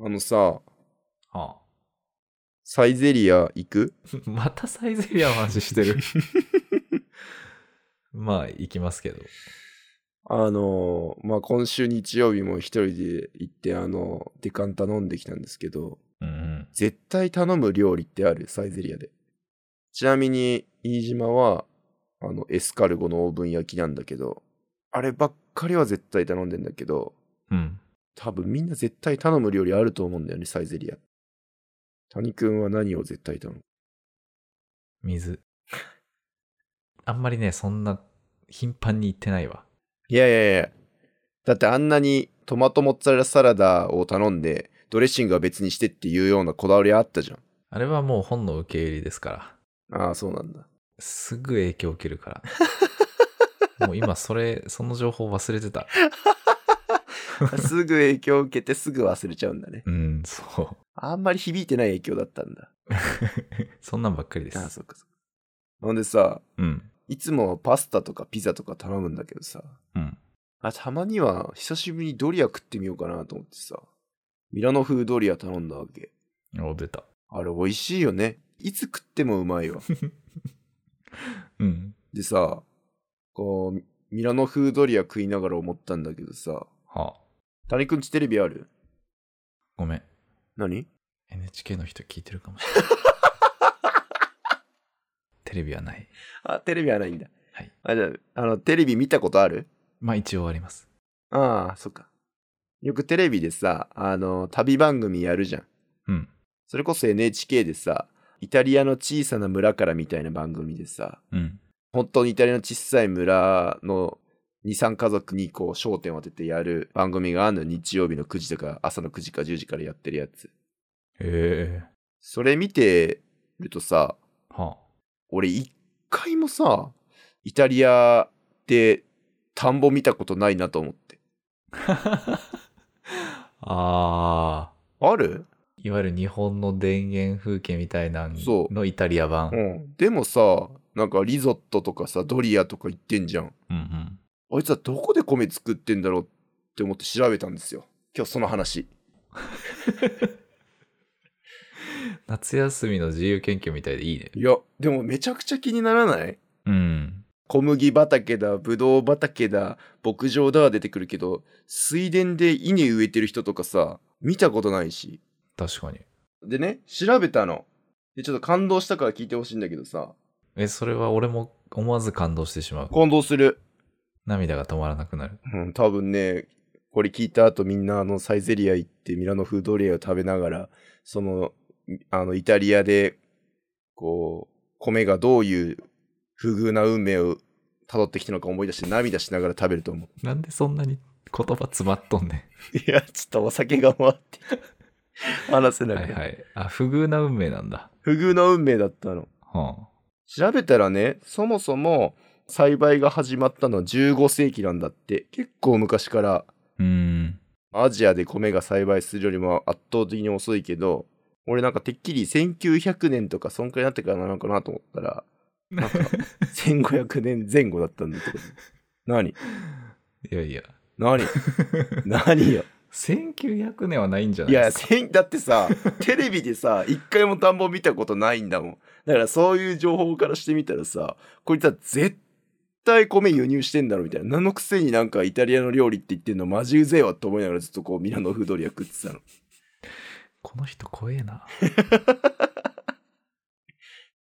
あのさ、はサイゼリア行くあ、 またサイゼリアの話してる まあ行きますけどあのー、まあ、今週日曜日も一人で行って、あの、デカン頼んできたんですけど、うんうん絶対頼む料理ってあるサイゼリアで。ちなみに、飯島は、あの、エスカルゴのオーブン焼きなんだけど、あればっかりは絶対頼んでんだけど、うん多分みんな絶対頼む料理あると思うんだよね、サイゼリア。谷くんは何を絶対頼む水あんまりねそんな頻繁に行ってないわいやいやいや。だってあんなにトマトモッツァレラサラダを頼んで、ドレッシングは別にしてっていうようなこだわりあったじゃん。あれはもう本の受け売りですからああ、そうなんだ。すぐ影響を受けるからもう今それその情報忘れてた すぐ影響を受けてすぐ忘れちゃうんだね。うんそうあんまり響いてない影響だったんだ。 そんなんばっかりでああ、すそうかそうか。ほんでさ、うんいつもはパスタとかピザとか頼むんだけどさ、うんあたまには久しぶりにドリア食ってみようかなと思ってさ、ミラノ風ドリア頼んだわけ。お出たあれ美味しいよね。いつ食ってもうまいわ。うんでさ、こう、ミラノ風ドリア食いながら思ったんだけどさ、はあ谷くんちテレビあるごめん何 NHK の人聞いてる かもしれない。テレビはない。あ、テレビはないんだ。はい。あ、じゃあ、あの、テレビ見たことあるまあ一応あります。ああ、そっか。よくテレビでさ、あの、旅番組やるじゃん。うん。それこそ NHK でさ、イタリアの小さな村からみたいな番組でさ、うん。本当にイタリアの小さい村の23家族にこう焦点を当ててやる番組があるのよ日曜日の9時とか朝の9時か10時からやってるやつ。へえ。それ見てるとさ、は俺一回もさ、イタリアで田んぼ見たことないなと思って。あ。ああ。あるいわゆる日本の田園風景みたいなんそうのイタリア版。ううんん。でもさ、なんかリゾットとかさ、ドリアとか言ってんじゃん。うん。あいつはどこで米作ってんだろうって思って調べたんですよ。今日その話。夏休みの自由研究みたいでいいね。いや、でもめちゃくちゃ気にならないうん。小麦畑だ、ぶどう畑だ、牧場だは出てくるけど、水田で稲植えてる人とかさ、見たことないし。確かに。でね、調べたの。で、ちょっと感動したから聞いてほしいんだけどさ、え、それは俺も思わず感動してしまう。感動する。涙が止まらなくなる。うん、多分ね、これ聞いた後みんなあのサイゼリア行ってミラノ風ドリアを食べながら、その、あのイタリアで、こう、米がどういう不遇な運命を辿ってきたのか思い出して涙しながら食べると思う。なんでそんなに言葉詰まっとんねいや、ちょっとお酒が回 って、話せん。なはいくなはる。い。あ、不遇な運命なんだ。不遇の運命だったの。はあ。調べたらね、そもそも栽培が始まったのは15世紀なんだって、結構昔からうーん。アジアで米が栽培するよりも圧倒的に遅いけど、俺なんかてっきり1900年とかそんくらいになってからなのかなと思ったら、なんか1500年前後だったんだけど。何いやいや。何何よ。 1900年はないんじゃないいや、ですか。せんだってさ、テレビでさ、一回も田んぼ見たことないんだもん。だからそういう情報からしてみたらさ、こいつは絶対米輸入してんだろみたいな。何のくせになんかイタリアの料理って言ってんのマジうぜえわって思いながらずっとこうミラノフードリア食ってたの。この人怖 えな。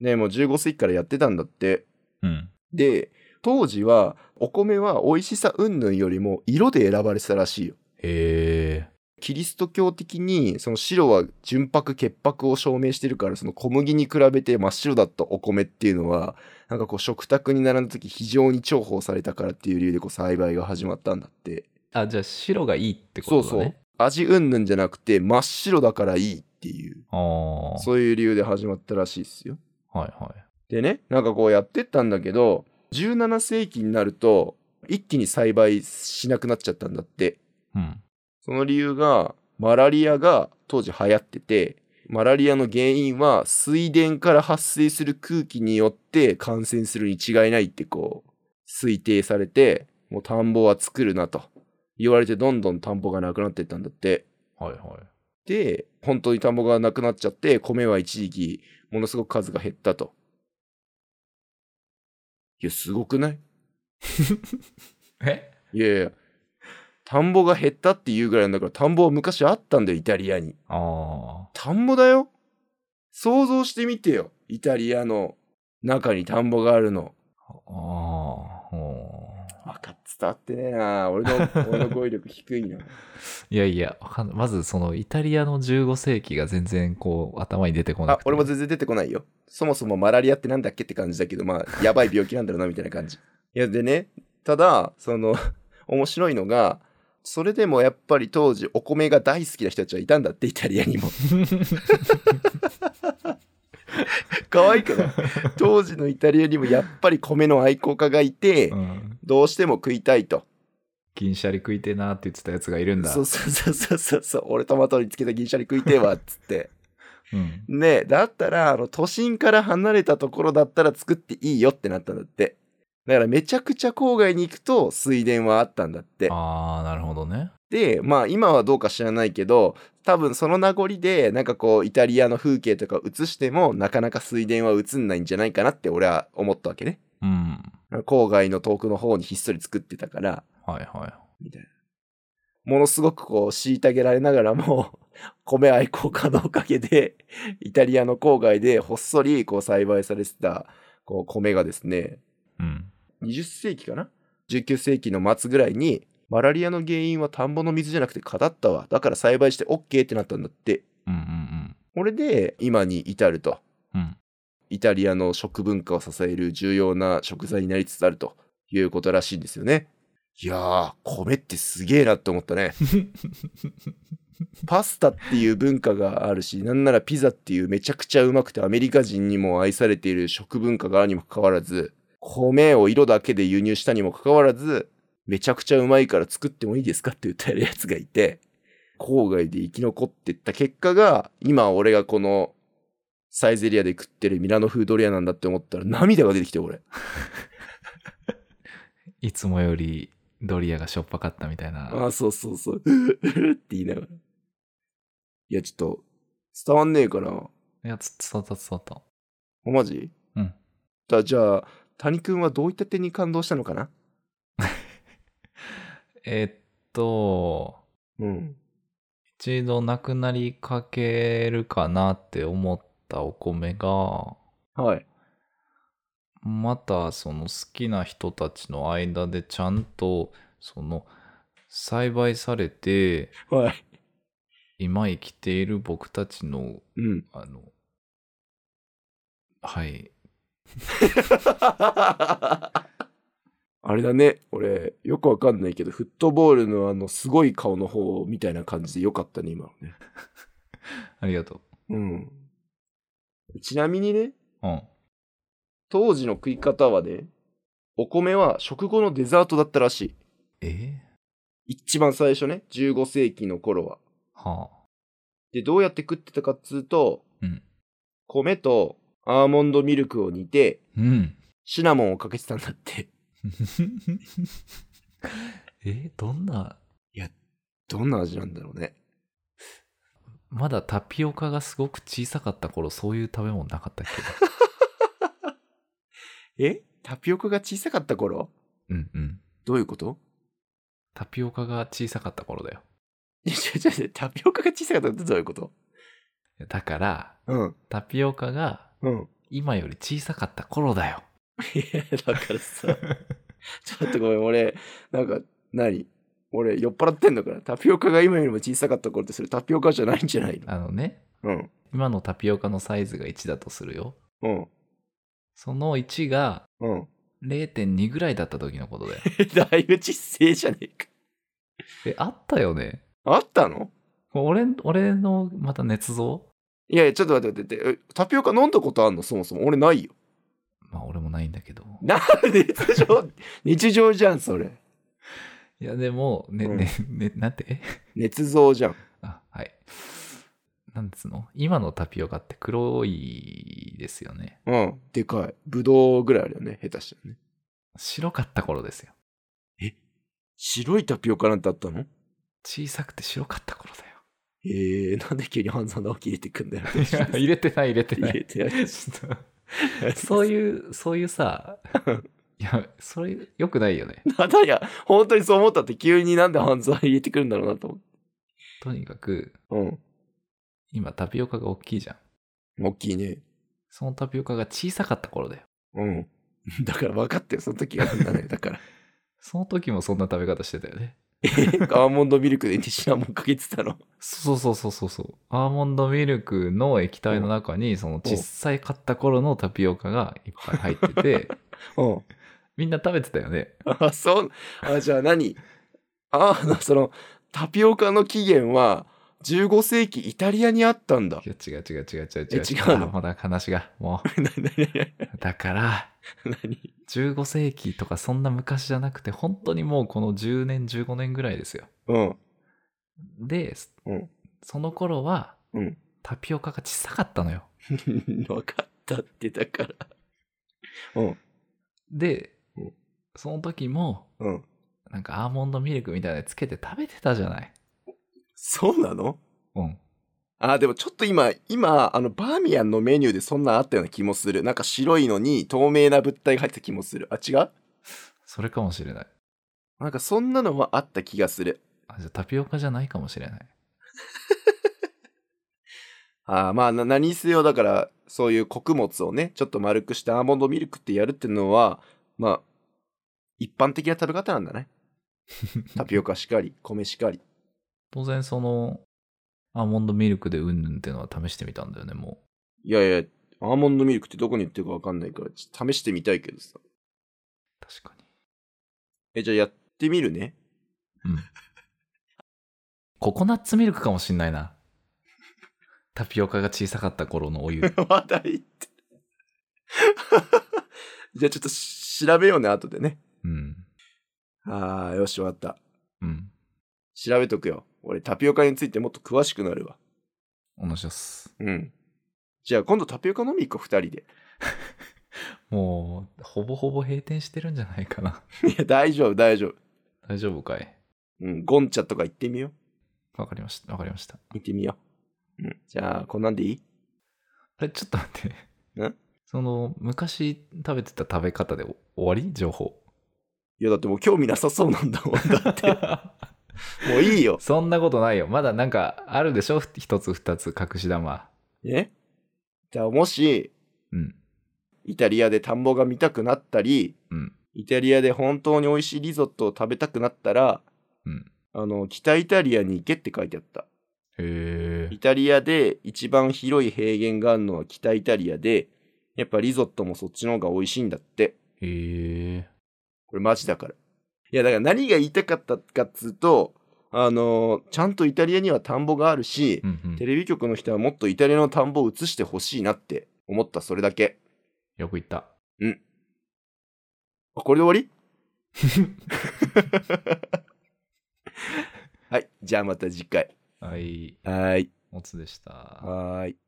ねもう15世紀からやってたんだって。うん。で、当時はお米は美味しさ云々よりも色で選ばれてたらしいよ。へえ。キリスト教的にその白は純白潔白を証明してるからその小麦に比べて真っ白だったお米っていうのはなんかこう食卓に並んだ時非常に重宝されたからっていう理由でこう栽培が始まったんだってあ、じゃあ白がいいってこそとうだね。そう味云々じゃなくて真っ白だからいいっていうああ。そういう理由で始まったらしいですよはいはい。でねなんかこうやってったんだけど17世紀になると一気に栽培しなくなっちゃったんだってうん。その理由が、マラリアが当時流行ってて、マラリアの原因は水田から発生する空気によって感染するに違いないってこう、推定されて、もう田んぼは作るなと。言われてどんどん田んぼがなくなっていったんだって。はいはい。で、本当に田んぼがなくなっちゃって、米は一時期ものすごく数が減ったと。いや、すごくないえいやいや、田んぼが減ったっていうぐらいなんだから、田んぼは昔あったんだよ、イタリアに。あ田んぼだよ想像してみてよ、イタリアの中に田んぼがあるの。あ。ああ。うん分かっ伝わってねえな俺の、俺の語彙力低いな。いやいや、わかんないまずそのイタリアの15世紀が全然こう頭に出てこなあくて。、俺も全然出てこないよ。そもそもマラリアってなんだっけって感じだけど、まあ、やばい病気なんだろうな、みたいな感じ。いや、でね、ただ、その、 面白いのが、それでもやっぱり当時、お米が大好きな人たちはいたんだって、イタリアにも。可愛くない当時のイタリアにもやっぱり米の愛好家がいて、 うん。どうしても食いたいと。銀シャリ食いてえなって言ってたやつがいるんだ。そうそうそうそうそうそう、俺トマトにつけた銀シャリ食いてえわ、っつって。うん。ねえ、だったら、あの、都心から離れたところだったら作っていいよってなったんだって。だからめちゃくちゃ郊外に行くと水田はあったんだって。ああ、なるほどね。で、まあ今はどうか知らないけど、多分その名残で、なんかこう、イタリアの風景とか映しても、なかなか水田は映んないんじゃないかなって俺は思ったわけね。うん。郊外の遠くの方にひっそり作ってたから、はいはみたいな。ものすごくこう、虐げられながらも、 米愛好家のおかげで、 イタリアの郊外でほっそりこう栽培されてた、こう、米がですね、い。うん。 20世紀かな ?19 世紀の末ぐらいに、マラリアの原因は田んぼの水じゃなくて蚊だったわ。だから栽培して OK ってなったんだって。うんうんこれで、今に至ると。うん。うん。イタリアの食文化を支える重要な食材になりつつあるということらしいんですよね。いやー、米ってすげえなって思ったね。パスタっていう文化があるし、なんならピザっていうめちゃくちゃうまくてアメリカ人にも愛されている食文化があるにもかかわらず、米を色だけで輸入したにもかかわらず、めちゃくちゃうまいから作ってもいいですかって言ったやつがいて、郊外で生き残ってった結果が、今俺がこのサイゼリアで食ってるミラノ風ドリアなんだって思ったら涙が出てきて俺。いつもよりドリアがしょっぱかったみたいな。ああ、そうそうそう。 って言いながら。いや、ちょっと、伝わんねえから。いや、つつそうたつそうた。あマジうん。だじゃあ、谷くんはどういった点に感動したのかなえっと、うん。一度なくなりかけるかなって思ったお米が、はい。またその好きな人たちの間でちゃんとその栽培されてはい。今生きている僕たちのうん。 あのはいあれだね。俺、よくわかんないけど、フットボールのあの、すごい顔の方みたいな感じでよかったね、今のね。ありがとうん。ちなみにね、ううん当時の食い方はね、お米は食後のデザートだったらしい。え一番最初ね、15世紀の頃は。はあで、どうやって食ってたかっつうと、うん米とアーモンドミルクを煮て、うんシナモンをかけてたんだ って。 えどんなどんな味なんだろうね。まだタピオカがすごく小さかった頃そういう食べ物なかったっえタピオカが小さかった頃け うんうんどういうことタピオカが小さかった頃だよいや、違う違う違う、タピオカが小さかったってどういうことだからうん。タピオカがうん。今より小さかった頃だよ いや、だからさ、 ちょっとごめん、俺、なんか、何俺、酔っ払ってんだから、タピオカが今よりも小さかった頃ってそれタピオカじゃないんじゃないのあのね、うん。今のタピオカのサイズが1だとするよ。うん。その1が うん。 0.2ぐらいだった時のこ とだよ。だいぶちっせえじゃねえか。え、あったよね。あったの俺、俺のまた捏造いやいや、ちょっと待って待って待って。えタピオカ飲んだことあんのそもそも。俺ないよ。まあ俺もないんだけど。な、日常、日常じゃん、それ。いやでも、ね、うんね、ね、なんて捏造じゃん。あ、はい。なんつうの今のタピオカって黒いですよね。うん。でかい。ぶどうぐらいあるよね。下手したらね。白かった頃ですよ。え白いタピオカなんてあったの小さくて白かった頃だええなんで急に半沢直樹入れてくんだよ。よ。 入れてない入れてな入いれ。てない。ちょ っと そういう、そういうさ、いや、それ良くないよね。 ただいや、本当にそう思ったって急になんで半沢入れてくるんだろうなと思って。とにかく、うん。今タピオカが大きいじゃん。大きいね。そのタピオカが小さかった頃だよ。うん。 だから分かってよ、その時がなんだね。だから。その時もそんな食べ方してたよね。 えアーモンドミルクでシナモンかけてたの。そうそうそうそうそう。アーモンドミルクの液体の中に、その小さい買った頃のタピオカがいっぱい入ってて、うん。みんな食べてたよね。 あ、そう。あ、じゃあ何ああの、その、タピオカの起源は15世紀イタリアにあった んだい。や違う違う違う違うえ違う。違うのあもうだ話が。も何何う。だから、何何15世紀とかそんな昔じゃなくて、本当にもうこの10年、15年ぐらいですよ。 うん。で、うんその頃は、うんタピオカが小さかったのよ。分かったってだから。うん。でうん、その時も、うん。なんかアーモンドミルクみたいなのつけて食べてたじゃない。そうなのうん。あーでもちょっと今今あのバーミヤンのメニューでそんなんあったような気もするなんか白いのに透明な物体が入ってた気もするあ違うそれかもしれない。なんかそんなのはあった気がするあ、じゃあタピオカじゃないかもしれない。あーまあな何にせよだからそういう穀物をねちょっと丸くしてアーモンドミルクってやるっていうのはまあ一般的な食べ方なんだねタピオカしかり米しかり当然その、アーモンドミルクでうんぬんっていうのは試してみたんだよね、もう。いやいやアーモンドミルクってどこに売ってるかわかんないからちょっと試してみたいけどさ確かに。えじゃあやってみるねココナッツミルクかもしんないな。タピオカが小さかった頃のお湯。 話題って。じゃあちょっとし調べようね、後でね。うん。ああ、よし、わかった。うん。調べとくよ。俺、タピオカについてもっと詳しくなるわ。お願いします。うん。じゃあ今度タピオカ飲み行こう、二人で。 もう、ほぼほぼ閉店してるんじゃないかな。いや、大丈夫、大丈夫。大丈夫かいうん、ゴンチャとか行ってみよう。わかりました。わかりました。行ってみよう。うん。じゃあ、こんなんでいいあれ、ちょっと待って。んその、昔食べてた食べ方でお終わり情報。 いや、だってもう興味なさそうなんだもん。だ って、もういいよ。そんなことないよ。まだなんかあるでしょ一つ二つ隠し玉。ねじゃあ、もし、うん。イタリアで田んぼが見たくなったり、うん。イタリアで本当に美味しいリゾットを食べたくなったら、うん。あの、北イタリアに行けって書いてあった。へえイ。タリアで一番広い平原があるのは北イタリアで、やっぱリゾットもそっちの方が美味しいんだって。へえ。これマジだから。いや、だから何が言いたかったかっつうと、あのーちゃんとイタリアには田んぼがあるしう、んうんテ。レビ局の人はもっとイタリアの田んぼを映してほしいなって思った、それだけ。よく言った。あ、これで終わりはい、じゃあまた次回。はい。はーい。おつでした。はーい。